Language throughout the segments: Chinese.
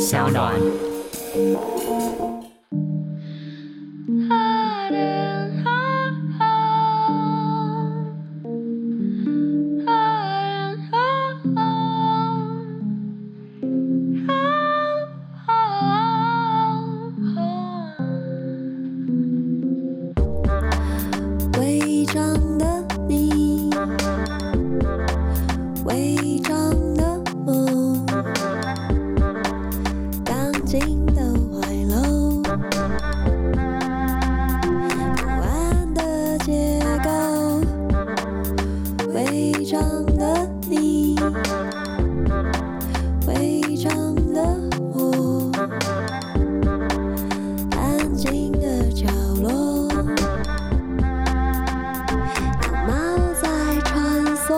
小暖。伪装的你，伪装的我，钢筋的怀楼，不安的结构，伪装的你，伪装的我，安静的角落。有猫在穿梭。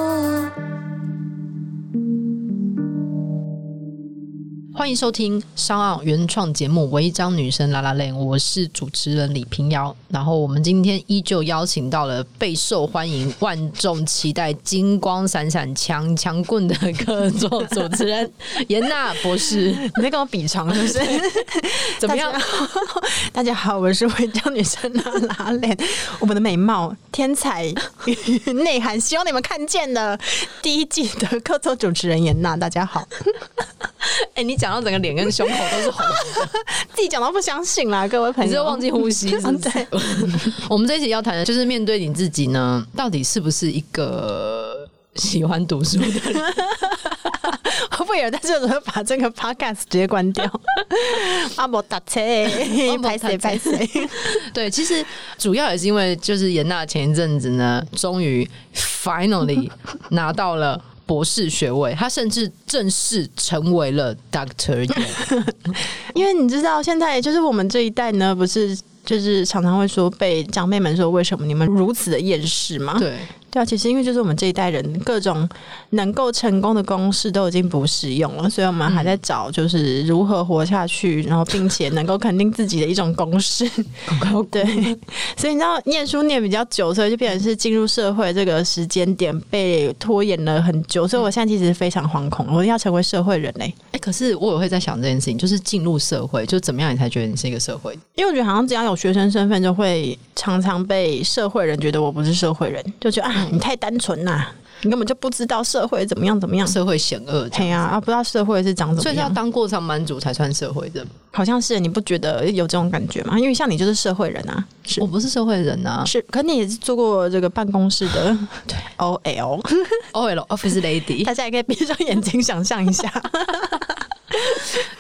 欢迎收听商奥原创节目《违章女生拉拉链》，我是主持人李平遥。然后我们今天依旧邀请到了备受欢迎、万众期待、金光闪闪、强强棍的客座主持人 严娜博士。 你在跟我比床是不是？ 怎么样大？家好？ 大家好，我是会教女生拉拉链，我们的美貌、天才与内涵，希望你们看见的 第一季的客座主持人严娜，大家好。 哎、你讲到整个脸跟胸口都是红的， 自己讲到不相信啦，各位朋友，你是忘记呼吸 是不是 对，我们这一集要谈的就是面对你自己呢，到底是不是一个喜欢读书的人？会不会有人在这时候把这个 podcast 直接关 掉？阿伯打车，拍谁拍谁，对，其实主要也是因为，就是严娜前一阵子呢，终于 finally 拿到了博士学位，她甚至正式成为了 Doctor 因为你知道，现在就是我们这一代呢，不是就是常常会说被长辈们说，为什么你们如此的厌世吗？对，对啊，其实因为就是我们这一代人各种能够成功的公式都已经不适用了，所以我们还在找就是如何活下去，然后并且能够肯定自己的一种 公式。对，所以你知道念书念比较久，所以就变成是进入社会这个时间点被拖延了很久，所以我现在其实非常惶恐，我要成为社会人嘞、欸哎、可是我也会在想这件事情，就是进入社会，就怎么样你才觉得你是一个社会？因为我觉得好像只要有学生身份，就会常常被社会人觉得我不是社会人，就觉得啊你太单纯啦、你根本就不知道社会怎么样怎么样。社会险恶这样，对呀、啊，啊，不知道社会是长所怎以是么要样，当过上班族才算社会人吗。好像是你不觉得有这种感觉吗？因为像你就是社会人啊，是我不是社会人 啊是，可你也是做过这个办公室 的对 OL， ，OL office 哦 lady。 大家也可以闭上眼睛想象 一下，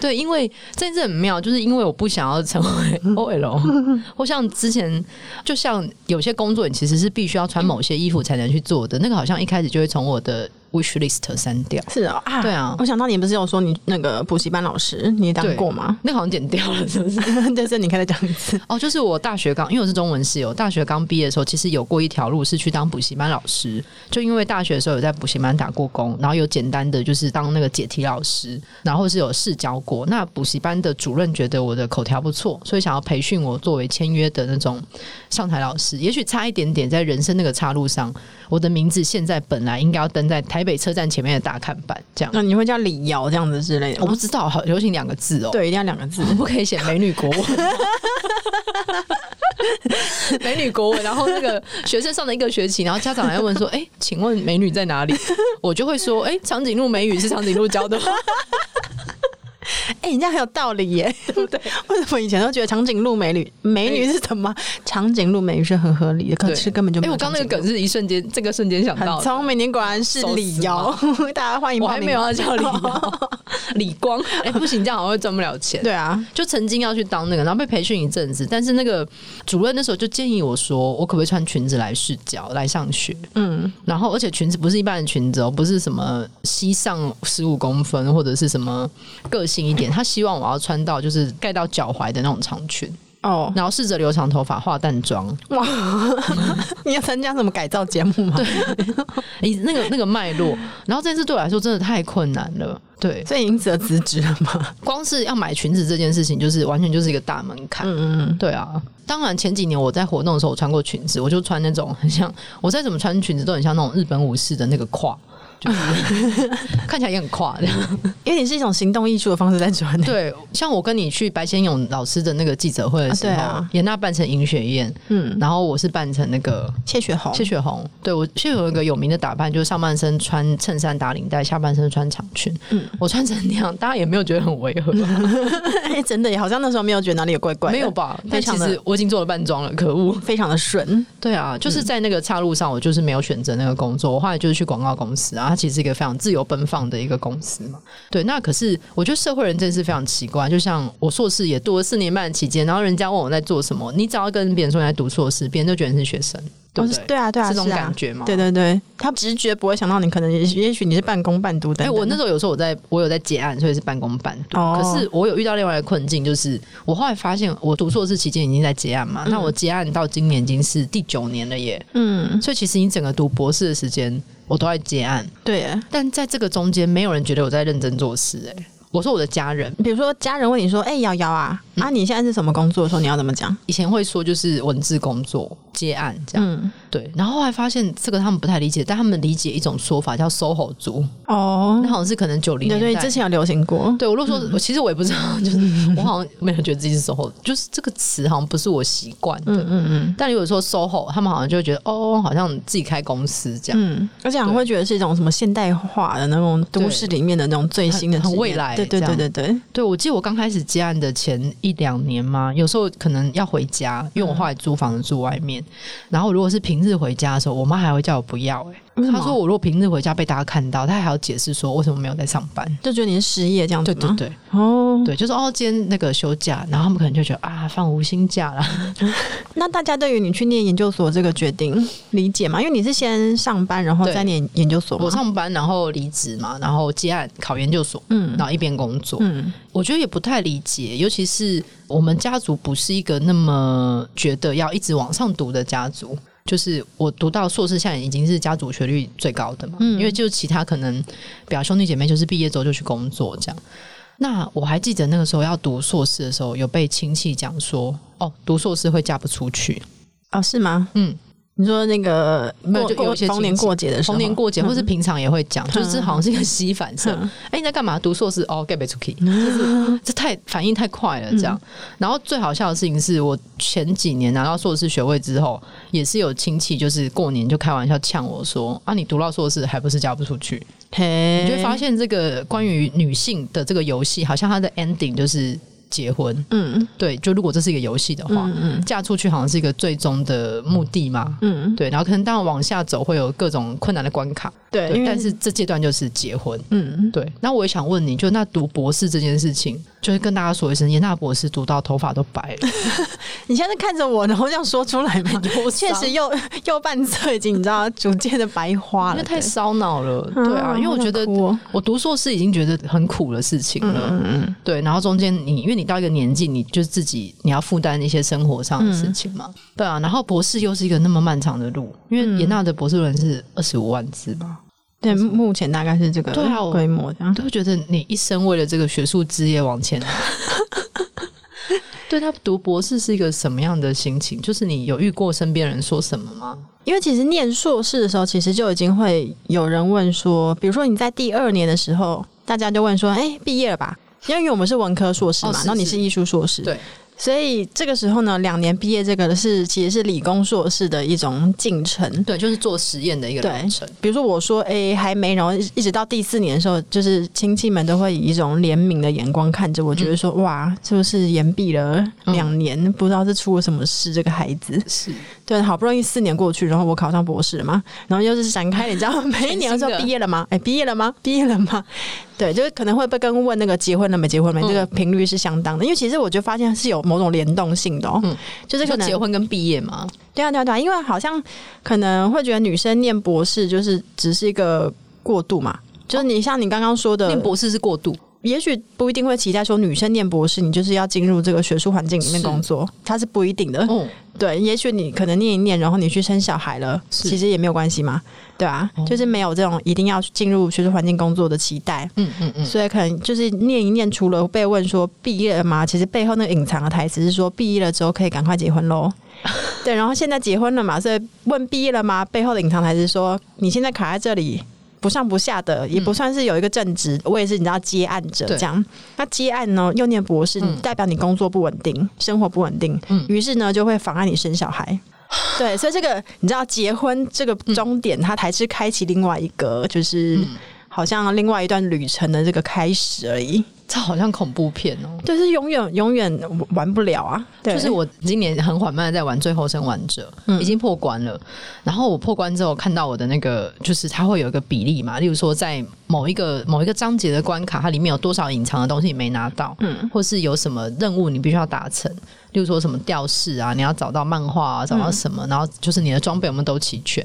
对，因为这次很妙，就是因为我不想要成为 OL，或像之前，就像有些工作你其实是必须要穿某些衣服才能去做的，那个好像一开始就会从我的 wish list 删掉，是哦啊，对啊我想到你不是有说你那个补习班老师，你也当对过 吗？那个好像剪掉了，是不是？就是你可以再讲一 次，哦，就是我大学刚，因为我是中文系，哦我大学刚毕业的时候，其实有过一条路是去当补习班老师，就因为大学的时候有在补习班打过工，然后有简单的就是当那个解题老师，然后是有试教过。那补习班的主任觉得我的口条不错，所以想要培训我作为签约的那种上台老师。也许差一点点，在人生那个岔路上，我的名字现在本来应该要登在台北车站前面的大看板，这样那你会叫李瑶这样子之类的我吗不？知道，好流行两个字哦。对，一定要两个 字。我不可以写美女国 文。美女国文，然后那个学生上了一个学期，然后家长来问说：“哎、请问美女在哪里？”我就会说：“哎、长颈鹿美语是长颈鹿教 的吗哎、你这样很有道理 耶，对不对？为什么以前都觉得长颈鹿美女美女是什么？长颈鹿美女是很合理的，可哎对是根本？”就哎、没有我长刚颈鹿。那个梗是一瞬间，这个瞬间想到的。很聪明，你果然是李瑶， 大家欢迎我报名。还没有要 啊叫李瑶李光，哎、不行，这样好像会赚不了钱。 对啊，就曾经要去当那个，然后被培训一阵子，但是那个主任那时候就建议我说，我可不可以穿裙子来试教来上学？嗯，然后而且裙子不是一般的裙子哦，不是什么膝上十五公分或者是什么个性一点，他希望我要穿到就是盖到脚踝的那种长裙，哦，然后试着留长头发、化淡妆，哇， 你要参加什么改造节目吗？诶，那个那个脉络，然后这件事对我来说真的太困难了，对，所以因此而辞职了吗？光是要买裙子这件事情，就是完全就是一个大门槛，嗯嗯，对啊，当然前几年我在活动的时候，我穿过裙子，我就穿那种很像，我再怎么穿裙子都很像那种日本武士的那个胯，就是 看起来也很跨的。因为你是一种行动艺术的方式在转。对，像我跟你去白先勇老师的那个记者会的时候，啊对啊严娜扮成尹雪燕，嗯，然后我是扮成那个谢雪红，谢雪红，对我谢雪红有一个有名的打扮，就是上半身穿衬衫打领带，下半身穿长裙。嗯我穿成那样，大家也没有觉得很违和吧， 哎，真的耶，好像那时候没有觉得哪里有怪怪的，没有吧？但非其常的实我已经做了扮装了，可恶！非常的顺。对啊，嗯就是在那个岔路上，我就是没有选择那个工作，我后来就是去广告公司啊，它其实是一个非常自由奔放的一个公司嘛。对，那可是我觉得社会人真的是非常奇怪，就像我硕士也读了四年半的期间，然后人家问我在做什么，你只要跟别人说你在读硕士，别人就觉得你是学生，对哦不是对？对啊，对啊，这种是啊感觉嘛对对对，他直觉不会想到你，可能也许也许你是半工半读哎、等等。我那时候有时候我在我有在结案，所以是半工半读。哦可是我有遇到另外的困境，就是我后来发现，我读硕士期间已经在结案嘛，那我结案到今年已经是第九年了耶。嗯，所以其实你整个读博士的时间，我都在结案，对耶。但在这个中间，没有人觉得我在认真做事、哎，我说我的家人比如说家人问你说：“哎、瑶瑶啊，啊，你现在是什么工作？”的时候，你要怎么讲？以前会说就是文字工作接案这样，嗯，对。然后后来发现这个他们不太理解，但他们理解一种说法叫 SOHO 族，哦那，好像是可能九零对年对，嗯代之前有流行过。对我如果说，我其实我也不知道，就是嗯我好像没有觉得自己是 SOHO，就是这个词好像不是我习惯的。嗯嗯嗯但如果说 SOHO，他们好像就会觉得哦，好像自己开公司这样。嗯，而且好像对会觉得是一种什么现代化的那种都市里面的那种最新的很很实验未来对对这样对对对，对，我记得我刚开始接案的前一两年嘛，有时候可能要回家，因为我后来租房子住外面。然后如果是平日回家的时候，我妈还会叫我不要、欸。为什么她说我如果平日回家被大家看到，她还要解释说为什么没有在上班。就觉得你是失业这样子对吗？对对哦，对，就是哦，今天那个休假，然后他们可能就觉得啊，放无薪假啦。那大家对于你去念研究所这个决定理解吗？因为你是先上班，然后对再念研究所嘛。我上班，然后离职嘛，然后接案考研究所，嗯然后一边工作。嗯我觉得也不太理解，尤其是我们家族不是一个那么觉得要一直往上读的家族。就是我读到硕士，现在已经是家族学历最高的嘛，嗯因为就其他可能表兄弟姐妹就是毕业之后就去工作这样。那我还记得那个时候要读硕士的时候，有被亲戚讲说，哦，读硕士会嫁不出去，哦是吗？嗯，你说那个没有过就有过一些逢年亲戚过节的时候，逢年过节或是平常也会讲，就是好像是一个吸反射。嗯哎、你在干嘛？读硕士哦，get back to key，就是这太反应太快了，这样。嗯然后最好笑的事情是我前几年拿到硕士学位之后，也是有亲戚就是过年就开玩笑呛我说：“啊，你读到硕士还不是嫁不出去？”嘿，你就会发现这个关于女性的这个游戏，好像它的 ending 就是结婚。嗯对，就如果这是一个游戏的话，嗯嫁出去好像是一个最终的目的嘛。嗯对，然后可能当然往下走会有各种困难的关卡，对，因对，为但是这阶段就是结婚。嗯对，那我也想问你，就那读博士这件事情，就是跟大家说一声，严大博士读到头发都白 了，你现在看着我，然后这样说 出来没？多确实 右右半侧已经你知道逐渐的白花因为了，太对烧脑了，对啊，因为我觉得好想哭哦我读硕士已经觉得很苦的事情了，嗯对，然后中间你因为你到一个年纪，你就自己你要负担一些生活上的嗯事情嘛，对啊，然后博士又是一个那么漫长的路，因嗯为严大的博士论文是二十五万字嘛，对，目前大概是这个对啊我规模这样。都会觉得你一生为了这个学术职业往前。 对他读博士是一个什么样的心情？就是你有遇过身边人说什么吗？因为其实念硕士的时候，其实就已经会有人问说，比如说你在第二年的时候，大家就问说：“哎、毕业了吧？”因为我们是文科硕士嘛，哦是然后你是是艺术硕士，对，所以这个时候呢，两年毕业这个是其实是理工硕士的一种进程。对，就是做实验的一个对疗程。比如说我说哎、还没，然后一一直到第四年的时候，就是亲戚们都会以一种怜悯的眼光看着我，觉得嗯说、哇，是不是延毕了两年，不知道是出了什么事，这个孩子。是，对，好不容易四年过去，然后我考上博士了嘛，然后又是展开，你知道每一年全新都说的毕业 了吗？哎，毕业了吗？毕业了吗？对，就是可能会被跟问那个结婚了没结婚没，嗯这个频率是相当的，因为其实我就发现是有某种联动性的哦，嗯就是可说能结婚跟毕业嘛，对啊对啊对啊，因为好像可能会觉得女生念博士就是只是一个过渡嘛。就是你像你刚刚说的念，博士是过渡，也许不一定会期待说女生念博士，你就是要进入这个学术环境里面是工作，它是不一定的。嗯，对，也许你可能念一念，然后你去生小孩了，是其实也没有关系嘛，对啊，哦就是没有这种一定要进入学术环境工作的期待，嗯嗯嗯，所以可能就是念一念，除了被问说毕业了吗？其实背后那个隐藏的台词是说毕业了之后可以赶快结婚 喽。对，然后现在结婚了嘛，所以问毕业了吗？背后的隐藏台词是说你现在卡在这里，不上不下的，也不算是有一个正职，我也是你知道接案者嗯对这样。那接案呢，又念博士，嗯代表你工作不稳定，生活不稳定嗯，于是呢就会妨碍你生 小孩。对，所以这个你知道，结婚这个嗯终点，它才是开启另外一个，就是好像另外一段旅程的这个开始而已。这好像恐怖片哦。就是永远永远玩不了啊！对，就是我今年很缓慢的在玩《最后生还者》，已经破关了。然后我破关之后看到我的那个，就是它会有一个比例嘛，例如说在某一个某一个章节的关卡，它里面有多少隐藏的东西你没拿到，嗯，或是有什么任务你必须要达成，例如说什么吊饰啊，你要找到漫画啊，找到什嗯么，然后就是你的装备我们都齐全。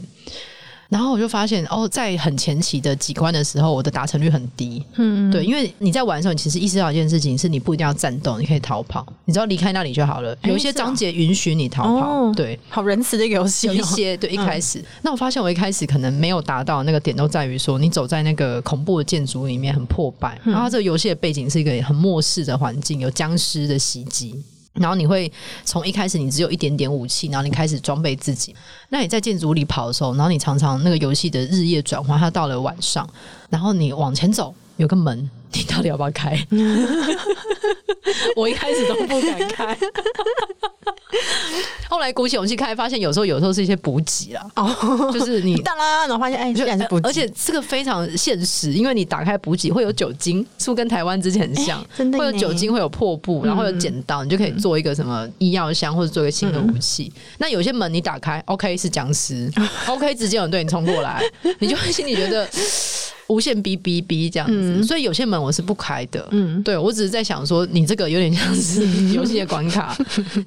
然后我就发现，哦，在很前期的几关的时候，我的达成率很低。嗯，对，因为你在玩的时候，你其实意识到一件事情，是你不一定要战斗，你可以逃跑，你只要离开那里就好了。哎有一些是啊章节允许你逃跑，哦对。好仁慈的游戏、哦，有一些对一开始，那我发现我一开始可能没有达到那个点，都在于说你走在那个恐怖的建筑里面很破败，然后这个游戏的背景是一个很末世的环境，有僵尸的袭击。然后你会从一开始你只有一点点武器，然后你开始装备自己。那你在建筑里跑的时候，然后你常常那个游戏的日夜转换，它到了晚上，然后你往前走有个门， 你到底要不要开？ 我一开始都不敢开， 后来鼓起勇气开，发现有时候有时候是一些补给啦，哦，就是你当啦，然后发现哎，居然是不记，呃而且这个非常现实，因为你打开补给会有酒精，是不是跟台湾之前很像？哎真的嗯会有呢酒精，会有破布，然后会有剪刀，你就可以做一个什么医药箱，或者做一个新的嗯武器。那有些门你打开，OK 是僵 尸，OK 直接有人对你冲过来，你就会心里觉得无限哔哔哔这样子。所以有些门我是不开的，嗯对我只是在想说，你这个有点像 是游戏的关卡，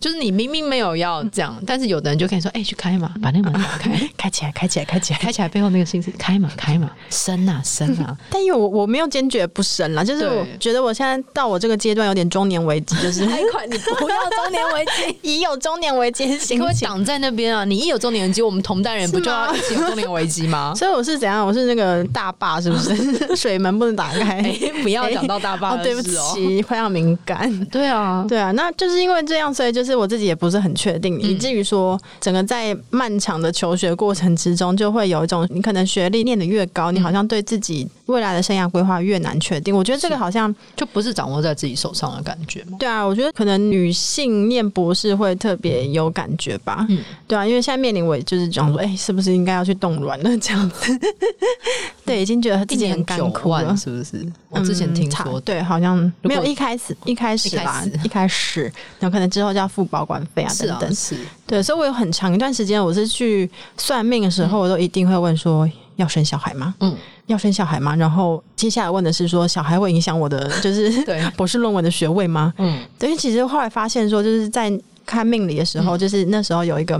就是你明明没有要这样，但是有的人就可以说，哎、去开嘛，把那个门打开。开起来，开起来，开起啊来。开起来背后那个心是开 嘛开嘛，升啊升 啊，但因为我我没有坚决不生啦，就是我对觉得我现在到我这个阶段有点中年危机，就是 太快，你不要中年危机。已有中年危机的心你会情。挡在那边啊！你一有中年危机，我们同代人不就 要一起有中年危机 吗？所以我是怎样？我是那个大坝，是不是？水门不能打开。不要讲到大坝哦，对不的事哦起，非常敏感。对啊，对啊，那就是因为这样，所以就是我自己也不是很确定，嗯以至于说整个在漫长的求学过程之中，就会有一种你可能学历念得越高，嗯你好像对自己未来的生涯规划越难确定。我觉得这个好像就不是掌握在自己手上的感觉嘛。对啊，我觉得可能女性念博士会特别有感觉吧。嗯对啊，因为现在面临我也就是讲说，哎、是不是应该要去冻卵了这样子？ 对，已经觉得自一己年很干九枯了万。是不是？我之前听嗯差说的，对，好像如没果有一开始一开始啦一开，始一开始，然后可能之后就要付保管费啊是等啊等。是。对，所以我有很长一段时间，我是去算命的时候，我都一定会问说要生小孩吗？嗯，要生小孩吗？然后接下来问的是说小孩会影响我的就是 对 博士论文的学位吗？嗯，对，因为其实后来发现说就是在。看命理的时嗯候，就是那时候有一个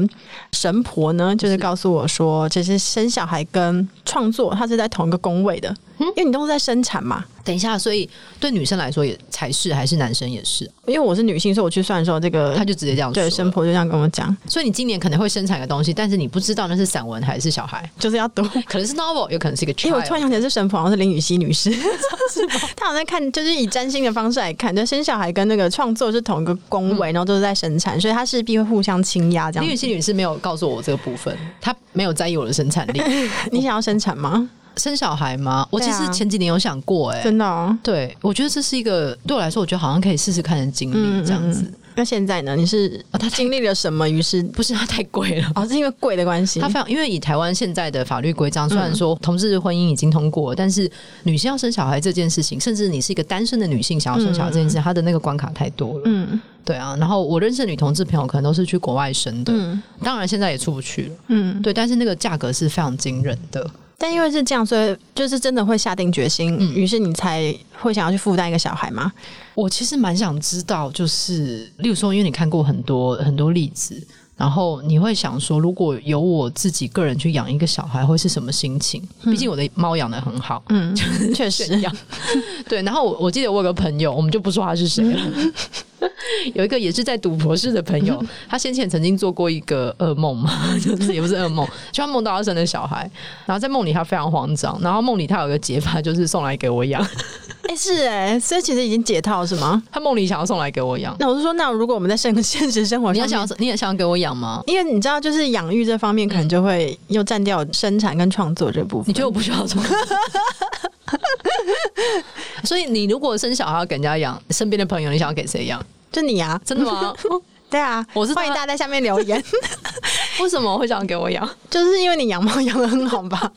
神婆呢，就是告诉我说，就是生小孩跟创作，它是在同一个宫位的，嗯因为你都是在生产嘛。等一下，所以对女生来说也才是，还是男生也是，啊因为我是女性，所以我去算的时候，这个他就直接这样说对了。神婆就这样跟我讲，所以你今年可能会生产个东西，但是你不知道那是散文还是小孩，就是要读可能是 novel，有可能是一个 child。因为哎我突然想起来，这神婆好像是林雨熙 女士， 她好像在看，就是以占星的方式来看，就生小孩跟那个创作是同一个宫位，然后都是在生产，所以她势必会互相倾压这嗯林雨样。欣女士没有告诉我这个部分，她没有在意我的生产 力。 你想要生产吗？生小孩吗？我其对实啊前几年有想过、欸，哎、真的、哦。对我觉得这是一个对我来说，我觉得好像可以试试看的经嗯历，这样子。那现在呢？你是哦她太经历了什么？于是不是它太贵 了。哦，是因为贵的关系它。非常，因为以台湾现在的法律规嗯章，虽然说同志婚姻已经通过了，但是女性要生小孩这件事情，甚至你是一个单身的女性想要生小孩这件事情，它的那个关卡太多了。嗯对啊，然后我认识的女同志朋友，可能都是去国外生的，嗯当然现在也出不去了。嗯，对，但是那个价格是非常惊人的。但因为是这样，所以就是真的会下定决心，嗯于、是你才会想要去负担一个小孩 吗？我其实蛮想知道，就是例如说，因为你看过很多很多例子，然后你会想说，如果由我自己个人去养一个小孩，会是什么心情？毕竟我的猫养的很好。 嗯，确实这，样对，然后我我记得我有个朋友，我们就不说他是谁了， 有一个也是在读博士的朋友，他先前曾经做过一个噩梦嘛， 就是也不是噩梦，就他梦到他生了小孩，然后在梦里他非常慌张，然后梦里他有一个解法就是送来给我养， 哎、是哎、所以其实已经解套是吗？他梦里想要送来给我养，那我是说，那如果我们在生现 实生活你也上面，想要你也想要给我养吗？因为你知道，就是养育这方面，可能就会又占掉生产跟创作这部嗯你分。觉得我不需要做？ 所以你如果生小孩要给人家养，身边的朋友你想要给谁养？就你啊，真的吗？对啊，我是欢迎大家在下面留言， 为什么会想要给我养？就是因为你养猫养的很好 吧，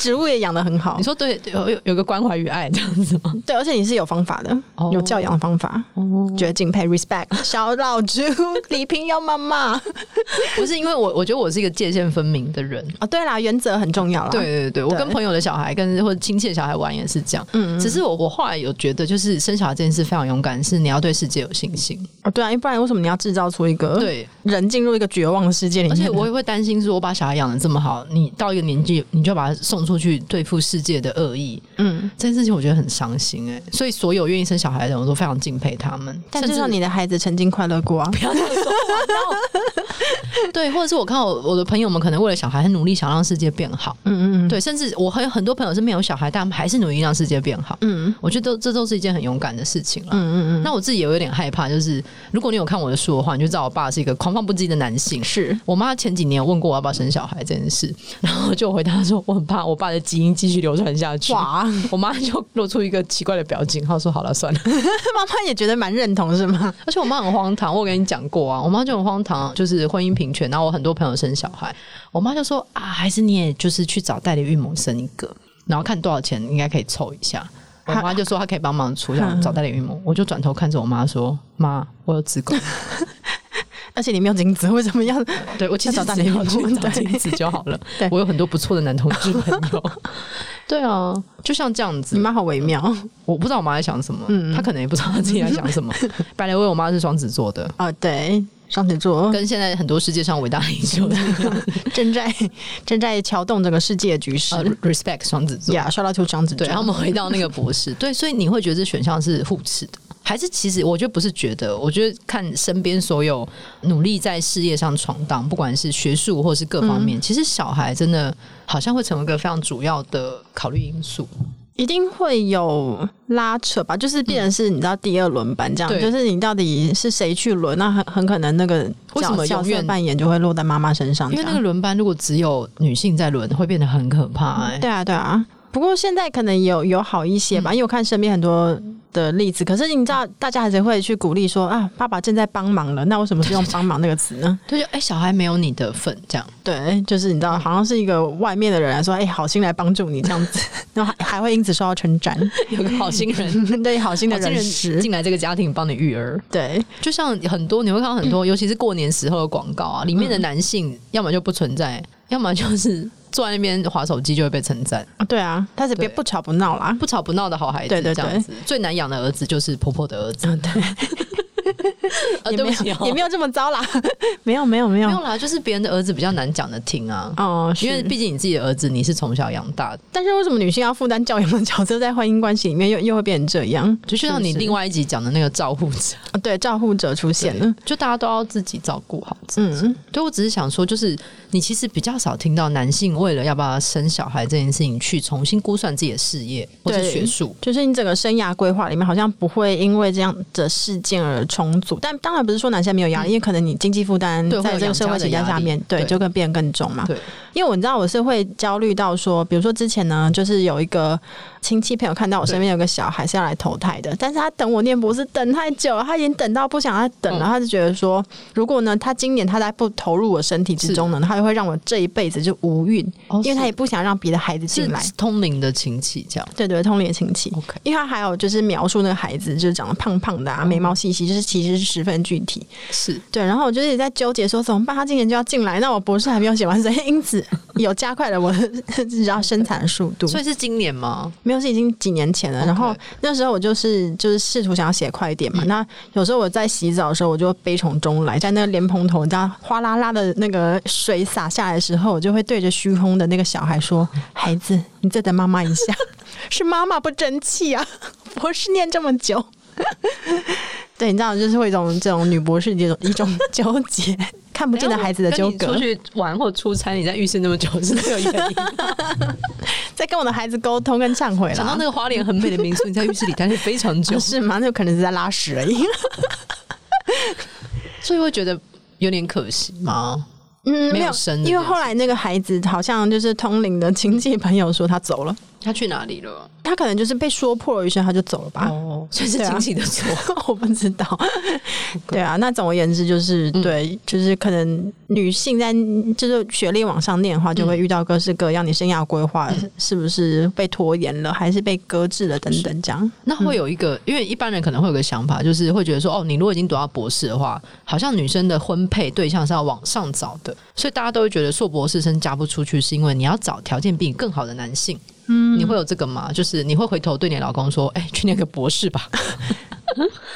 植物也养的很好你，说对，有有有个关怀与爱这样子吗？对，而且你是有方法的，哦有教养方法，哦，觉得敬佩，respect，小老猪，李平要 妈妈。 不是因为我，我觉得我是一个界限分明的人。哦，对啦，原则很重要啦。对，对对，我对跟朋友的小孩跟或者亲戚的小孩玩也是这样。嗯，只是我我后来有觉得，就是生小孩这件事非常勇敢，是你要对世界有信心。哦，对啊，不然为什么你要制造出一个对，人进入一个绝望的世界里面？而且我也会担心，说我把小孩养的这么好，你到一个年纪，你就把他送出去对付世界的恶意，嗯，这件事情我觉得很伤心哎、所以所有愿意生小孩的人，我都非常敬佩他们。但甚至至少你的孩子曾经快乐过啊。不要这样说话。no 对，或者是我看我我的朋友们可能为了小孩很努力，想让世界变好。嗯嗯嗯，对，甚至我还有很多朋友是没有小孩，但他们还是努力让世界变好。嗯我觉得都这都是一件很勇敢的事情了。嗯嗯嗯，那我自己也有点害怕，就是如果你有看我的书的话，你就知道我爸是一个狂放不羁的男性。是我妈前几年有问过我要不要生小孩这件事， 然后我就回答说我很怕我爸的基因继续流传下去。哇，我妈就露出一个奇怪的表情，她说：“好了，算了。 妈妈也觉得蛮认同是吗？”而且我妈很荒唐，我有跟你讲过啊，我妈就很荒唐，就是婚姻平权。然后我很多朋友生小孩，我妈就说：“啊，还是你也就是去找代理孕母生一个，然后看多少钱应该可以凑一下。”我妈就说她可以帮忙出，想找代理孕母。我就转头看着我妈说：“妈，我有子宫。” 而且你没有精子，为什么要？对我其实要找只大要联去盟找对精子就好了 对。我有很多不错的男同志朋 友，对啊，就像这样你子，妈好 微妙我不知道我妈在想什么，嗯她可能也不知道她自己在想 什么。白莲为我妈是双子座的，哦，对，双子座跟现在很多世界上伟大领袖 一样正在 正在撬动整个世界的局势呃。，respect 双子座。呀，刷到球双子座对，然后我们回到那个博士，对，所以你会觉得这选项是互斥的，还是其实我觉得不是觉得，我觉得看身边所有努力在事业上闯荡，不管是学术或是各方面，其实小孩真的好像会成为一个非常主要的考虑因素。一定会有拉扯吧，就是变成是你知道第二轮班这嗯样，对就是你到底是谁去轮，那很很可能那个为什角么角永色远扮演就会落在妈妈身上因这为样。那个轮班如果只有女性在轮，会变得很可怕、欸。对啊，对啊。不过现在可能有有好一些嗯吧，因为我看身边很多的例子。可是你知道，大家还是会去鼓励说啊，爸爸正在帮忙了。那为什么是用“帮忙”那个词呢？对，就哎、小孩没有你的份，这样对，就是你知道，好像是一个外面的人来说，哎、好心来帮助你这样 子，然后还还会因此受到称赞。 有个 好心人。对，好心的好心人人士，进来这个家庭帮你育儿，对，就像很多你会看到很嗯多，尤其是过年时候的广告啊，里面的男性要么就不存在，要么就是 坐在那边划手机就会被称赞，对啊，但是别对不吵不闹啦。不吵不闹的好孩子，对对对这样子最难养的儿子就是婆婆的儿子，嗯，对， 呃，也对没不起、有哦，也没有这么糟啦， 没有没有没没有有，啦，就是别人的儿子比较难讲的听啊，哦，是因为毕竟你自己的儿子你是从小养大的，但是为什么女性要负担教养的角色，在婚姻关系里面又又会变成这样？就像你是不是另外一集讲的那个照顾者，啊对照护者出现了，就大家都要自己照顾好自己。嗯，对，我只是想说，就是你其实比较少听到男性为了要不要生小孩这件事情去重新估算自己的事业或是对学术。就是你整个生涯规划里面，好像不会因为这样的事件而重组。但当然不是说男生没有压力，因为可能你经济负担对会在有这个养社会家的期待压下力面，对，对就更变得更重嘛。对，因为我你知道我是会焦虑到说，比如说之前呢，就是有一个亲戚朋友看到我身边有个小孩是要来投胎的，但是他等我念博士等太久了，他已经等到不想再等了，嗯他就觉得说，如果呢他今年他再不投入我身体之中呢，他就会让我这一辈子就无孕，哦因为他是也不想让别的孩子进来。是通灵的亲戚这样。对对，通联亲戚。 OK，因为他还有就是描述那个孩子，就是长得胖胖的啊，眉毛细细，就是其实是十分具体。是对，然后我就是在纠结说怎么办，他今年就要进来，那我博士还没有写完，所以因此有加快了我的 然后生产速度。所以是今年吗？没有是已经几年前了，然后那时候我就是就是试图想要写快一点嘛。嗯那有时候我在洗澡的时候，我就悲从中来，在那个莲蓬头，你知道哗啦啦的那个水洒下来的时候，我就会对着虚空的那个小孩 说：“孩子，你再等妈妈一 下，是妈妈不争气啊，博士念这么久。” 对，你知道，就是会有一种这种女博士这种一种纠结， 看不见的孩子的纠哎跟你葛出。去玩或出差，你在浴室那么久是没有原 因。啊在跟我的孩子沟通跟忏悔想到了那。个花莲很美的民宿，你在浴室里待 了非常久不， 是吗？那可能是在拉屎而已。所以会觉得有点可惜吗？嗯，没没有有生，的因为这件后来那个孩子好像就是通灵的亲戚朋友说他走了，他去哪里了？他可能就是被说破了一声他就走了吧。哦，所以是对啊亲戚的错。 我不 知道，对啊，那总而言之就是、嗯对，就是可能女性在就是学历往上念的话，就嗯会遇到各式各样，你生涯规划是不是被拖延了，还是被搁置了等等这样。那会有一个，因为一般人可能会有个想法，就是会觉得说，哦，你如果已经读到博士的话，好像女生的婚配对象是要往上找的，所以大家都会觉得硕博士生嫁不出去，是因为你要找条件比你更好的男性。嗯，你会有这个吗？就是你会回头对你老公说，哎、去念个博士吧，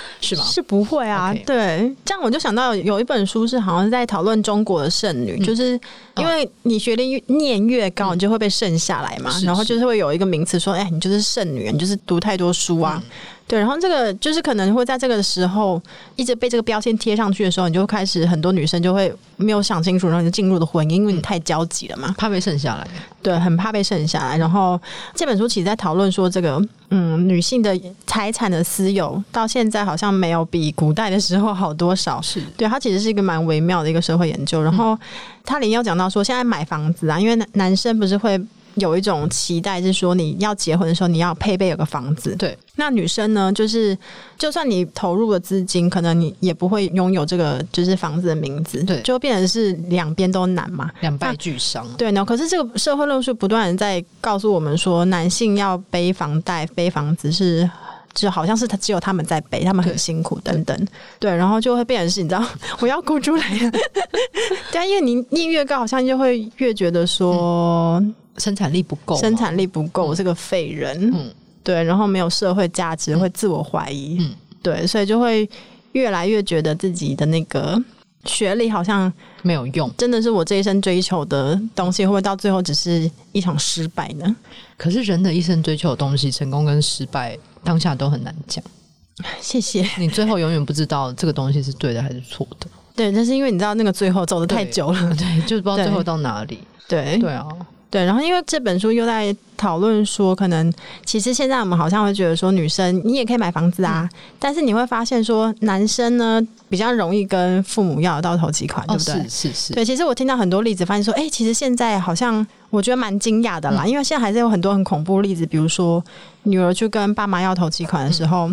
是吗？是不会啊 OK 对，这样我就想到有一本书是好像是在讨论中国的剩嗯女，就是因为你学历越念越高，你就会被剩下来嘛，哦是然后就是会有一个名词说，哎、你就是剩女，你就是读太多书啊。嗯对，然后这个就是可能会在这个时候一直被这个标签贴上去的时候，你就会开始很多女生就会没有想清楚，然后你就进入了婚姻，因为你太焦急了嘛。怕被剩下来，对，很怕被剩下来。然后这本书其实在讨论说，这个嗯，女性的财产的私有到现在好像没有比古代的时候好多少。是嗯对，它其实是一个蛮微妙的一个社会研究。然后它里面有讲到说，现在买房子啊，因为男男生不是会。有一种期待是说，你要结婚的时候，你要配备有个房子。对，那女生呢，就是就算你投入了资金，可能你也不会拥有这个就是房子的名字，对就变成是两边都难嘛。两败俱伤。对呢，可是这个社会论述不断的在告诉我们说，男性要背房贷、背房子是。就好像是他只有他们在背，他们很对辛苦等等，对，然后就会变成是，你知道， 我要哭出来了。但因为你你越高，好像就会越觉得说生产力不够嘛，生产力不够，我是个废人，嗯对，然后没有社会价值，会自我怀疑，嗯对，所以就会越来越觉得自己的那个学历好像没有用。真的是我这一生追求的东西，会不会到最后只是一场失败呢？可是人的一生追求的东西，成功跟失败，当下都很难讲。谢谢。你最后永远不知道这个东西是对的还是错的，对，但是因为你知道那个最后走的太久了， 对，就是不知道对哎哦最后到哪里。对对啊，对然后因为这本书又在讨论说，可能其实现在我们好像会觉得说，女生你也可以买房子啊，但是你会发现说，男生呢比较容易跟父母要得到头期款，哦，对不对？是是是，对，其实我听到很多例子，发现说，哎、其实现在好像我觉得蛮惊讶的啦，嗯因为现在还是有很多很恐怖的例子，比如说女儿去跟爸妈要投期款的时嗯候，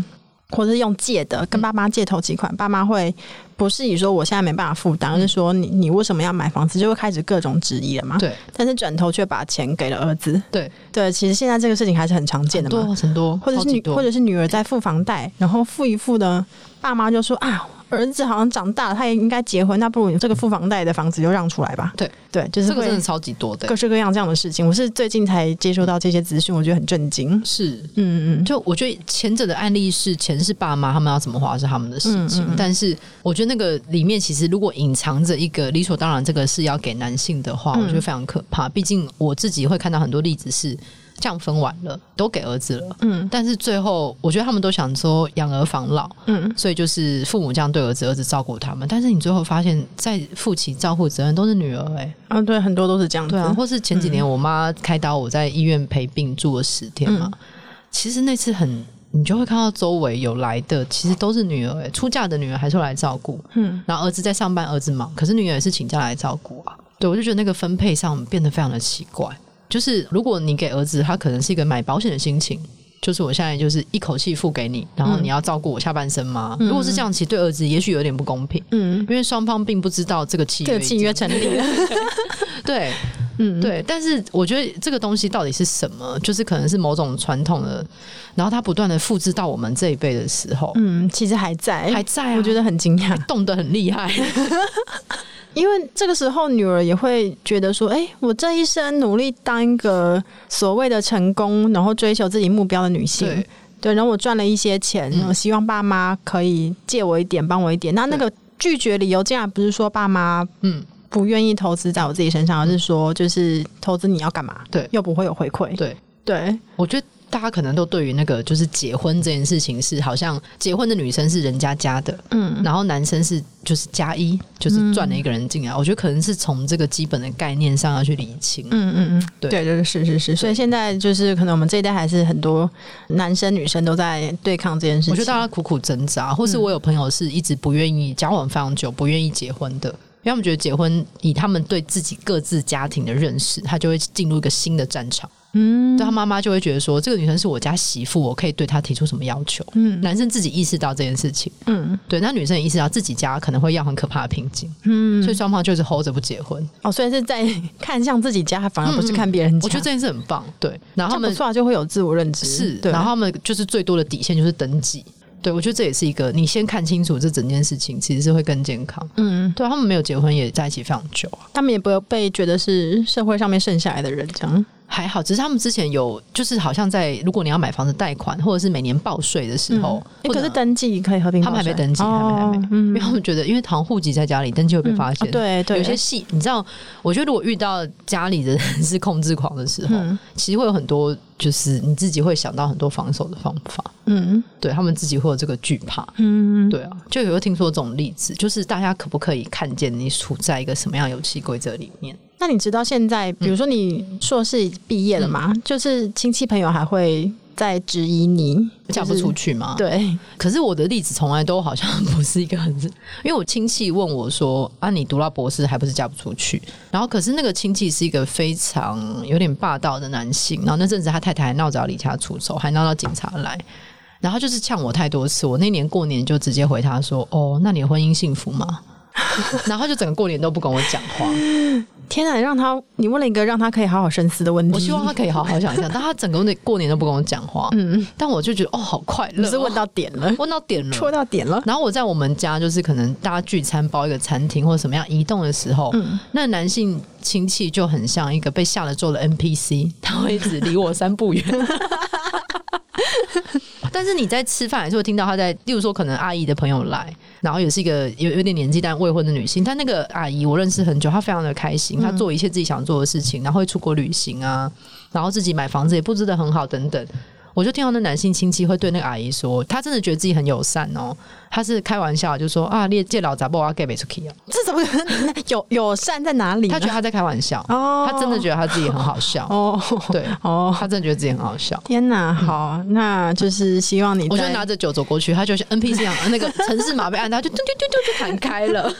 或者是用借的跟爸妈借投期款，爸妈会不是以说我现在没办法负嗯担，而是说你你为什么要买房子，就会开始各种质疑了嘛。对但是转头却把钱给了儿子。对，对，其实现在这个事情还是很常见很的多嘛。很多，或者超是级女，多或者是女儿在付房贷，然后付一付呢，爸妈就说啊，儿子好像长大了，他也应该结婚，那不如你这个付房贷的房子就让出来吧。对对，就是这个会真的超级多的各，式各样这样的事情。我是最近才接收到这些资讯，我觉得很震惊。是。嗯嗯，就我觉得前者的案例是钱是爸妈他们要怎么花是他们的事嗯情，但是我觉得那个里面其实如果隐藏着一个理所当然这个是要给男性的话，嗯我觉得非常可怕。毕竟我自己会看到很多例子是这样分完了，都给儿子了，嗯但是最后我觉得他们都想说养儿防老，嗯，所以就是父母这样对儿子，儿子照顾他们，但是你最后发现，在负起照顾责任都是女儿哎、啊，对，很多都是这样子。对啊，或是前几嗯年我妈开刀，我在医院陪病住了十天嘛，嗯其实那次很，你就会看到周围有来的，其实都是女儿哎、出嫁的女儿还是会来照顾，嗯，然后儿子在上班，儿子忙，可是女儿也是请假来照顾啊，对我就觉得那个分配上变得非常的奇怪，就是如果你给儿子，他可能是一个买保险的心情。就是我现在就是一口气付给你，然嗯后你要照顾我下半生吗？如果是这样，其实对儿子也许有点不公平，嗯，因为双方并不知道这个契约 这个已契经约成立了。对，嗯，对，但是我觉得这个东西到底是什么，就是可能是某种传统的，然后它不断的复制到我们这一辈的时候， 嗯，其实还在，还在、啊，我觉得很惊讶。动得很厉害，因为这个时候，女儿也会觉得说：“哎、我这一生努力当一个所谓的成功，然后追求自己目标的女性，对 对然后我赚了一些钱，嗯我希望爸妈可以借我一点，帮我一点。那那个拒绝理由，竟然不是说爸妈嗯，不愿意投资在我自己身上，而是说就是投资你要干嘛？对又不会有回馈。对，对，我觉得大家可能都对于那个就是结婚这件事情是好像结婚的女生是人家家的，嗯，然后男生是就是加一，就是赚了一个人进来。我觉得可能是从这个基本的概念上要去理清。嗯嗯嗯，对对对是是是，所以现在就是可能我们这一代还是很多男生女生都在对嗯抗这件事情。我觉得大家苦苦挣扎，或是我有朋友是一直不愿意交往非常久，不愿意结婚的，因为他们觉得结婚以他们对自己各自家庭的认识，他就会进入一个新的战场。嗯对他妈妈就会觉得说，这个女生是我家媳妇，我可以对她提出什么要求。嗯男生自己意识到这件事情，嗯对，那女生也意识到自己家可能会要很可怕的瓶颈，嗯，所以双方就是 hold 着不结婚。哦，所以是在看向自己家，反而不是看别人嗯家。我觉得这件事很棒，对。然后他这样们不错啊，就会有自我认知。是，对，然后他们就是最多的底线就是登记。对，我觉得这也是一个，你先看清楚这整件事情，其实是会更健康。嗯，对啊他们没有结婚也在一起非常久啊，他们也不会被觉得是社会上面剩下来的人这样。还好，只是他们之前有，就是好像在如果你要买房子贷款，或者是每年报税的时候，嗯诶或者欸可是登记可以合并报他税，们哦还没登记，还没还没，因为他嗯，们觉得，因为好像户籍在家里，登记会被发现。啊对对，有些细，你知道，我觉得如果遇到家里的人是控制狂的时候，嗯其实会有很多，就是你自己会想到很多防守的方法，嗯对他们自己会有这个惧怕。嗯，对啊，就有听说这种例子，就是大家可不可以看见你处在一个什么样游戏规则里面？那你知道现在，比如说你硕士毕业了嗯嘛，就是亲戚朋友还会再质疑你嫁不出。去吗？就是。对，可是我的例子从来都好像不是一个很， 因为我亲戚问我说：“啊，你读到博士还不是嫁不出去？”然后可是那个亲戚是一个非常有点霸道的男性，然后那阵子他太太还闹着要离家出走，还闹到警察来。然后他就是呛我太多次，我那年过年就直接回他说：“哦，那你的婚姻幸福吗？” 然后他就整个过年都不跟我讲话。天哪，让他你问了一个让他可以好好深思的问 题。我希望他可以好好想想，但他整个过年都不跟我讲话，嗯，但我就觉得哦，好快你乐、是问到点了，问到点戳了。到点了。然后我在我们家就是可能大家聚餐包一个餐厅或者什么样移动的时候，那男性亲戚就很像一个被下了咒的 NPC，他会一直离我三步远。 但是你在吃饭还是会听到他在，例如说可能阿姨的朋友来，然后也是一个有有点年纪但未婚的女性，但那个阿姨我认识很久，她非常的开心，她做一切自己想做的事情，然后会出国旅行啊，然后自己买房子也布置的很好等等。我就听到那男性亲戚会对那个阿姨说，他真的觉得自己很友善哦，他是开玩笑就说啊，你这老杂包我要给不出去啊，这怎么可能？ 友友善在哪里呢？他觉得他在开玩笑，哦他真的觉得他自己很好 笑，哦对，哦，他真的觉得自己很好笑。天哪，好，那就是希望你我就在拿着酒走过去，他就是 NPC 样，那个城市码被按到，就嘟嘟嘟嘟就弹开 了。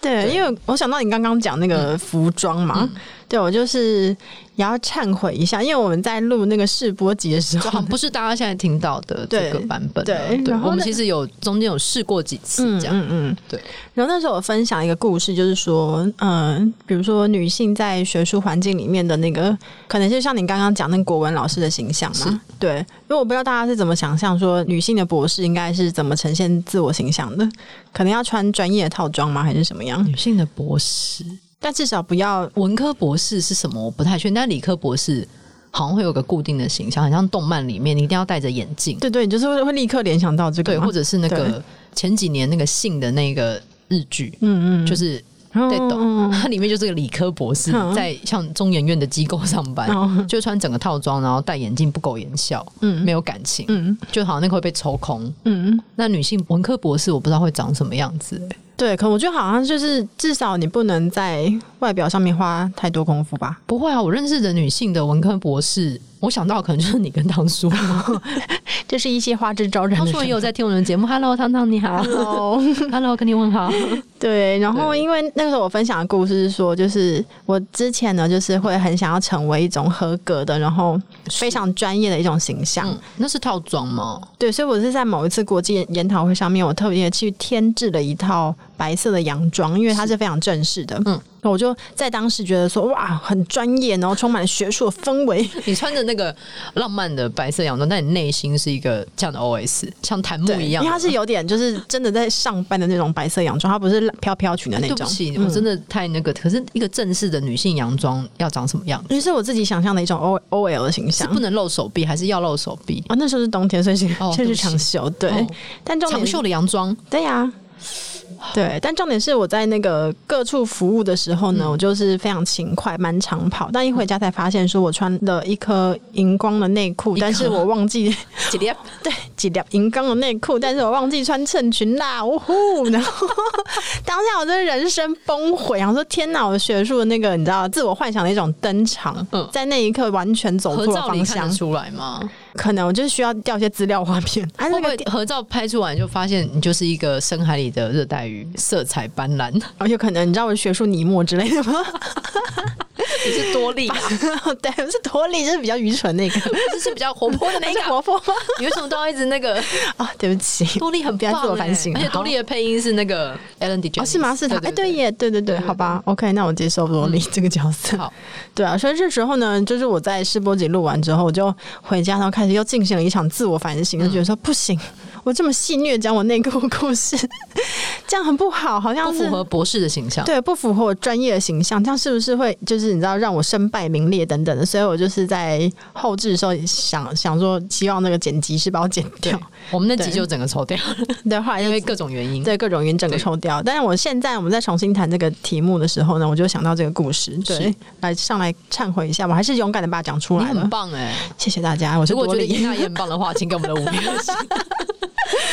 对，因为我想到你刚刚讲那嗯个服装嘛，对我就是也要忏悔一下，因为我们在录那个试播集的时就好候像，不是大家现在听到的这个对版本了。对然后我们那其实有中间有试过几次 嗯这样。嗯嗯，对。然后那时候我分享一个故事，就是说，嗯、比如说女性在学术环境里面的那个，可能就像你刚刚讲那个国文老师的形象嘛，对。因为我不知道大家是怎么想象说女性的博士应该是怎么呈现自我形象的，可能要穿专业的套装吗，还是什么样？女性的博士，但至少不要文科博士是什么？我不太确定，但理科博士好像会有个固定的形象，很像动漫里面，你一定要戴着眼镜，对对，你就是会会立刻联想到这个对，嘛，或者是那对个前几年那个性的那个日剧，嗯嗯，就是在在懂，它里面就是个理科博士嗯在像中研院的机构上班，哦就穿整个套装，然后戴眼镜，不苟言笑，嗯没有感情，嗯就好像那个会被抽空。嗯，那女性文科博士，我不知道会长什么样子、欸对，可我觉得好像就是至少你不能在外表上面花太多功夫吧。不会啊，我认识的女性的文科博士，我想到可能就是你跟唐 叔。这是一些花枝招展唐的叔也人。有在听我们的节目，Hello，汤汤你好哦， ，Hello，跟你问好。对，然后对因为那个时候我分享的故事是说，就是我之前呢，就是会很想要成为一种合格的，然后非常专业的一种形象。嗯， 那是套装吗？对，所以我是在某一次国际研讨会上面，我特别去添置了一套白色的洋装，因为它是非常正式的。嗯嗯，我就在当时觉得说，哇，很专业，然后充满了学术的氛围。你穿着那个浪漫的白色洋装，但你内心是一个这样的 OS，像檀木对，一样因的。为它是有点就是真的在上班的那种白色洋装，它不是飘飘裙的那哎对不种。起，我真的太那个。可是一个正式的女性洋装要长什么样？嗯于是我自己想象的一种 O O L 的形是象。哦不能露手臂，还是要露手臂？啊，那时候是冬天，所以是哦对确实不起长袖，对哦，但重长点袖的洋装，对呀，对，但重点是我在那个各处服务的时候嗯呢，我就是非常勤快，蛮长跑。但一回家才发现，说我穿了一颗荧光的内裤，一颗但是我忘记几粒对几条荧光的内裤，但是我忘记穿衬裙啦，呜呼！ 然后当下我真的人生崩毁，然后说天哪，我学术的那个你知道自我幻想的一种登场，嗯在那一刻完全走合错了照你看方向得。出来吗？可能我就是需要调一些资料画面， 啊，会那不个会合照拍出来就发现你就是一个深海里的热带鱼，色彩斑斓？而哦且可能你知道我是学术尼莫之类的吗？ 你是多利，啊 对，我是脱离，就是比较愚蠢那个，就是比较活泼的那那个个活泼吗？ 你为什么都要一直那个啊，对不起，多利很不要棒自我欸反省啊而且多利的配音是那个 Ellen DeGeneres，哦，是吗？是他，哎，对。耶，对对对，好吧，OK，那我接受萝莉这个角色。嗯好，对啊，所以这时候呢，就是我在试播集录完之后，我就回家，然后开始又进行了一场自我反省，就嗯觉得说不行，我这么戏虐讲我内裤故事， 这样很不好，好像不是符合博士的形象。对，不符合我专业的形象，这样是不是会就是你知道让我身败名裂等等的？所以我就是在后置的时候想想说，希望那个剪辑师把我剪掉，我们那集对就整个 抽掉了，对，后来因就为各种原因。对各种原因整个对抽掉。但是我现在我们再重新谈这个题目的时候呢，我就想到这个故事，对是，来上来忏悔一下，我还是勇敢的把它讲出你来很了，棒哎、谢谢大家，我是如果多觉得莉严娜也很棒的话，请给我们的五颗 星，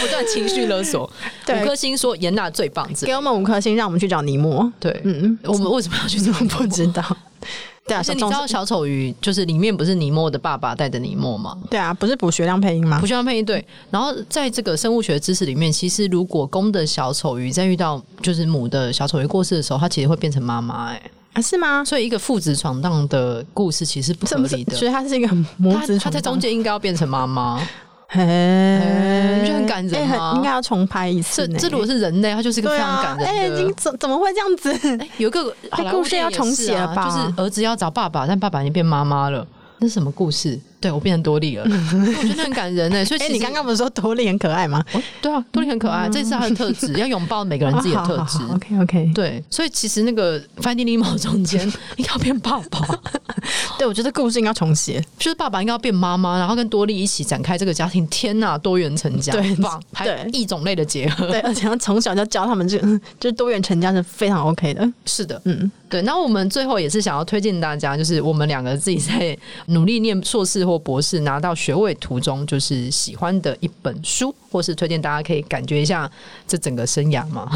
不断情绪勒索，对五颗星说严娜最棒之类给我们五颗星，让我们去找尼莫。对，嗯，我们为什么要去这么不 知道，对啊，而且你总知之道小丑鱼就是里面不是尼莫的爸爸带着尼莫吗？对啊，不是补学量配音吗不？需要配音对，然后在这个生物学知识里面，其实如果公的小丑鱼在遇到就是母的小丑鱼过世的时候，它其实会变成妈妈哎，啊，是吗？所以一个父子闯荡的故事其实不合这不是理，的所。以它嗯是一个母他子他在重中间应该要变成妈 妈，嘿，你觉得很感人哎很吗应该要重拍一次这呢。这如果是人类，他就是一个对非常啊感，哎，人你的。怎怎么会这样子？哎有一个好莱坞故事要电影也重是写啊吧就是儿子要找爸爸，但爸爸已经变妈妈了，那是什么故事？对我变成多利 了，我觉得很感人呢。欸所以哎，其你实刚刚不嗯是说多莉很可爱吗？哦对啊，多利很可爱，这是他的特质，要拥抱每个人自己 的特质。 OK OK，对，所以其实那个 Finding Nemo 中 间应该要变爸爸，对我觉得故事应该 重写。就是爸爸应该要变妈妈，然后跟多利一起展开这个家庭。天呐，多元成家，对很棒，还有对异种类的结合。对，而且要从小就教他们这个， 就是多元成家是非常 OK 的。是的，嗯，对。那我们最后也是想要推荐大家，就是我们两个自己在 努力念硕士或博士拿到学位途中，就是喜欢的一本书，或是推荐大家可以感觉一下这整个生涯嘛。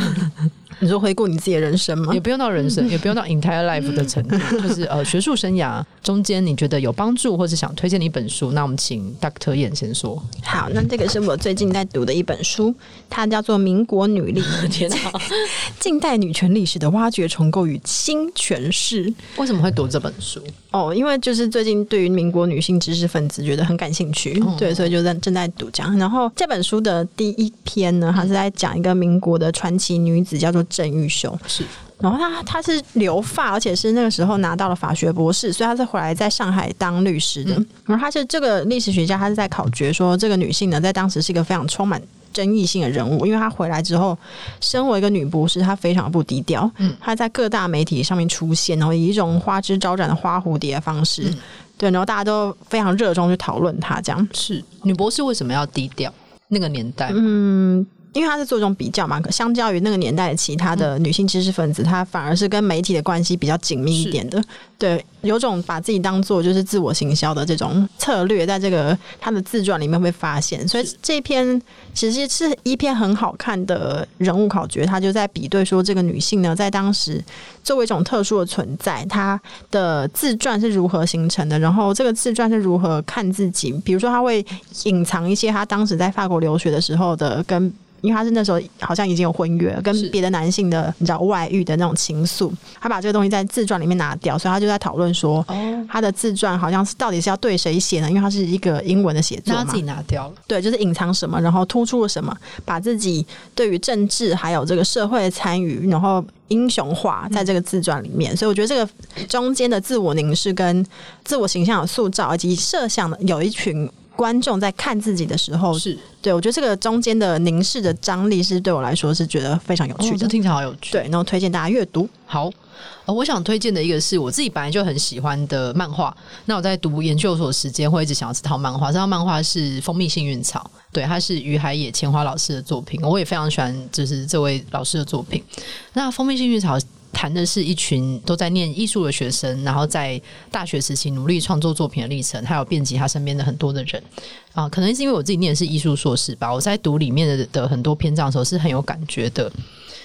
你说回顾你自己的人生 吗也？不用到人生，也不用到 entire life 的程 度，就是呃学术生涯中间你觉得有帮助，或是想推荐的一本书，那我们请 Dr. 眼先说。好，那这个是我最近在读的一本书，它叫做《民国女力： 天哪， 近代女权历史的挖掘、重构与新诠释》。为什么会读这本书？哦，因为就是最近对于民国女性知识分子觉得很感兴趣，哦对，所以就在正在读这样。然后这本书的第一篇呢，它是在讲一个民国的传奇女子，叫做郑玉秀。是然后她她是留发，而且是那个时候拿到了法学博士，所以她是回来在上海当律师的。然后她是这个历史学家，她是在考决说这个女性呢，在当时是一个非常充满。争议性的人物，因为她回来之后，身为一个女博士，她非常不低调。嗯她在各大媒体上面出现，然后以一种花枝招展的花蝴蝶的方式，对，然后大家都非常热衷去讨论她这样。是，女博士为什么要低调？那个年代，嗯，因为他是做一种比较嘛，可相较于那个年代的其他的女性知识分子，她反而是跟媒体的关系比较紧密一点的。对，有种把自己当做就是自我行销的这种策略，在这个她的自传里面会发现。所以这篇其实是一篇很好看的人物考掘，他就在比对说这个女性呢，在当时作为一种特殊的存在，她的自传是如何形成的，然后这个自传是如何看自己，比如说她会隐藏一些她当时在法国留学的时候的跟。因为她是那时候好像已经有婚约了，跟是别的男性的你知道外遇的那种情愫，她把这个东西在自传里面拿掉，所以她就在讨论说，哦，她的自传好像是到底是要对谁写呢？因为它是一个英文的写作那嘛，她自己拿掉了，对，就是隐藏什么，然后突出了什么，把自己对于政治还有这个社会的参与，然后英雄化在这个自传里面。所以我觉得这个中间的自我凝视跟自我形象的塑造，以及设想的有一群观众在看自己的时候，是对我觉得这个中间的凝视的张力是对我来说是觉得非常有哦，趣的。这听起来好有趣。对，然后推荐大家阅读。好，呃，我想推荐的一个是我自己本来就很喜欢的漫画。那我在读研究所时间会一直想要这套漫画，这套漫画是《蜂蜜幸运草》，对，它是于海野千花老师的作品，我也非常喜欢，就是这位老师的作品。那《蜂蜜幸运草》。谈的是一群都在念艺术的学生，然后在大学时期努力创作作品的历程，还有遍及他身边的很多的人啊。可能是因为我自己念的是艺术硕士吧，我在读里面的的很多篇章的时候是很有感觉的。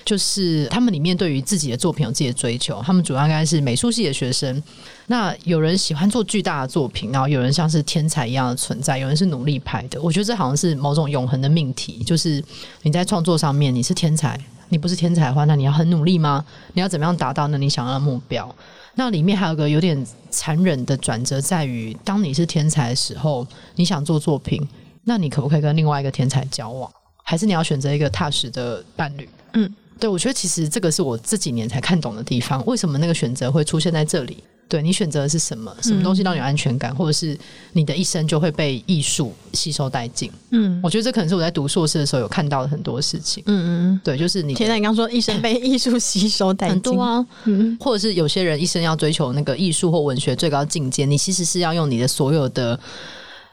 就是他们里面对于自己的作品有自己的追求，他们主要应该是美术系的学生。那有人喜欢做巨大的作品，然后有人像是天才一样的存在，有人是努力派的。我觉得这好像是某种永恒的命题，就是你在创作上面你是天才，你不是天才的话，那你要很努力吗？你要怎么样达到那你想要的目标？那里面还有个有点残忍的转折，在于当你是天才的时候，你想做作品，那你可不可以跟另外一个天才交往？还是你要选择一个踏实的伴侣？嗯对，我觉得其实这个是我这几年才看懂的地方，为什么那个选择会出现在这里？对你选择的是什嗯么？什么东西让你有安全感，或者是你的一生就会被艺术吸收殆尽？嗯我觉得这可能是我在读硕士的时候有看到的很多事情。嗯嗯，对，就是你天呐，你刚说一生被艺术吸收殆尽，很多啊，嗯或者是有些人一生要追求那个艺术或文学最高境界，你其实是要用你的所有的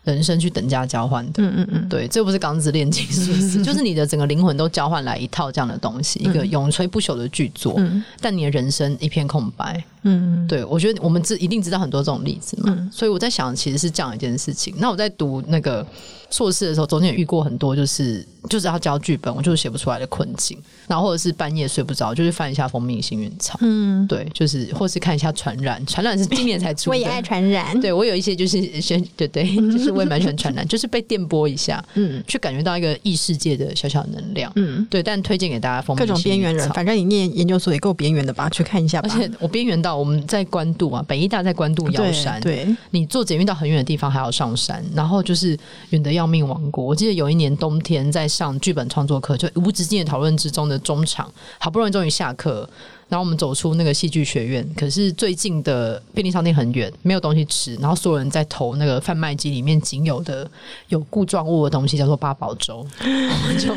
人生去等价交换的。嗯嗯嗯，对，这不是钢之炼金 术士，就是你的整个灵魂都交换来一套这样的东西，一个永垂不朽的巨作。嗯但你的人生一片空白。嗯嗯，对我觉得我们知一定知道很多这种例子嘛，所以我在想，其实是这样一件事情。那我在读那个硕士的时候，中间也遇过很多，就是就是要交剧本，我就是写不出来的困境，然后或者是半夜睡不着，就是翻一下《蜂蜜幸运草》，嗯，对，就是或是看一下《传染》，《传染》是今年才出我的，也爱传染，对我有一些就是先对对，就是我也蛮喜欢传染，就是被电波一下， 嗯去感觉到一个异世界的小小能量。嗯，对，但推荐给大家《蜂蜜各种幸边运缘人，草反正你念研究所也够边缘的吧，去看一下吧而。且我边缘到我们在关渡啊，北医大在关渡瑶山，哦对，对你坐捷运到很远的地方还要上山，然后就是远的要命王国。我记得有一年冬天在上剧本创作课，就无止境的讨论之中的中场，好不容易终于下课，然后我们走出那个戏剧学院，可是最近的便利商店很远，没有东西吃，然后所有人在投那个贩卖机里面仅有的有固状物的东西，叫做八宝粥， 我们就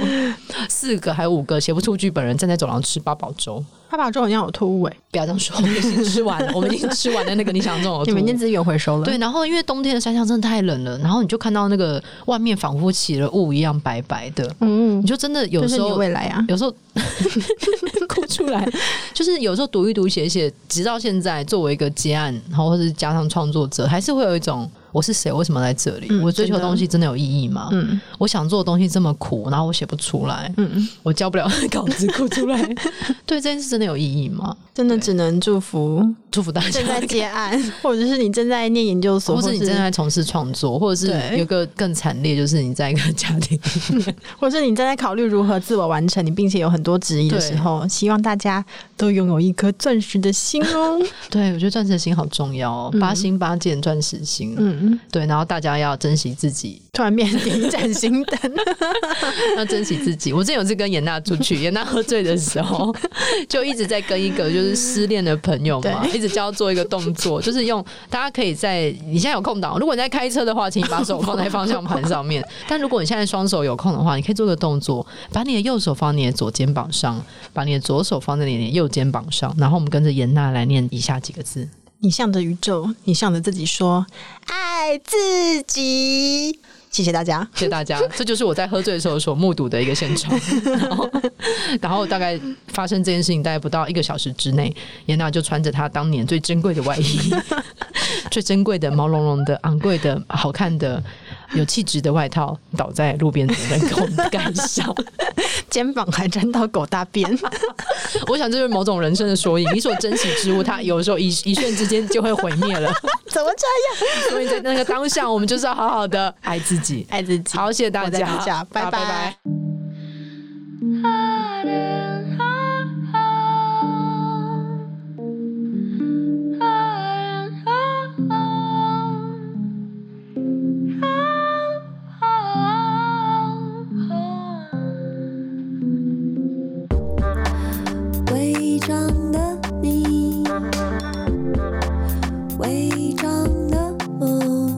四个还有五个写不出剧本的人站在走廊吃八宝粥。爸爸中好像有突欸围，不要这样说，我们已经吃完了，我们已经吃完了那个你想中的 你们图念资源回收了，对，，然后因为冬天的山上真的太冷了，然后你就看到那个外面仿佛起了雾一样白白的，嗯你，就真的有这是时你候未来啊，有时候 哭出来，就是有时候读一读写一写，直到现在作为一个接案，然后或是加上创作者，还是会有一种我是谁，为什么来这里？嗯我追求真的东西真的有意义吗？嗯我想做的东西这么苦，然后我写不出来，嗯，我交不了稿子，哭出 来，对这件事真的有意义吗？真的只能祝福祝福大家正在接案， 或者是你正在念研究所，或或是者你正在从事创作，或者是对有个更惨烈，就是你在一个 家庭，或者是你正在考虑如何自我完成，你并且有很多质疑的时候，希望大家都拥有一颗钻石的心哦。 对我觉得钻石心好重要哦，八星八箭钻石心，嗯，对，然后大家要珍惜自己，突然变成点一盏心 灯， 要珍惜自己。我之前有次跟严娜出去，严娜喝醉的时候， 就一直在跟一个就是失恋的朋友嘛，对一直教做一个动作，就是用大家可以在你现在有空档，如果你在开车的话，请你把手放在方向盘上面；但如果你现在双手有空的话，你可以做个动作，把你的右手放在你的左肩膀上，把你的左手放在你的右肩膀上，然后我们跟着严娜来念以下几个字。你向着宇宙，你向着自己说爱自己。谢谢大家。谢谢大家，这就是我在喝醉的时候所目睹的一个现场。 然后，然后大概发生这件事情大概不到一个小时之内，严娜就穿着她当年最珍贵的外衣， 最珍贵的毛茸茸的、昂贵的、好看的、有气质的外套，倒在路边的人孔盖上。 肩膀还沾到狗大 便， 我想这就是某种人生的缩影，你所珍惜之物，它有的时候一一瞬之间就会毁灭了。 怎么这样？所以在那个当下，我们就是要好好的爱自己。爱自己。好，谢谢我大在家，当下拜好拜拜拜伪装的你，伪装的我，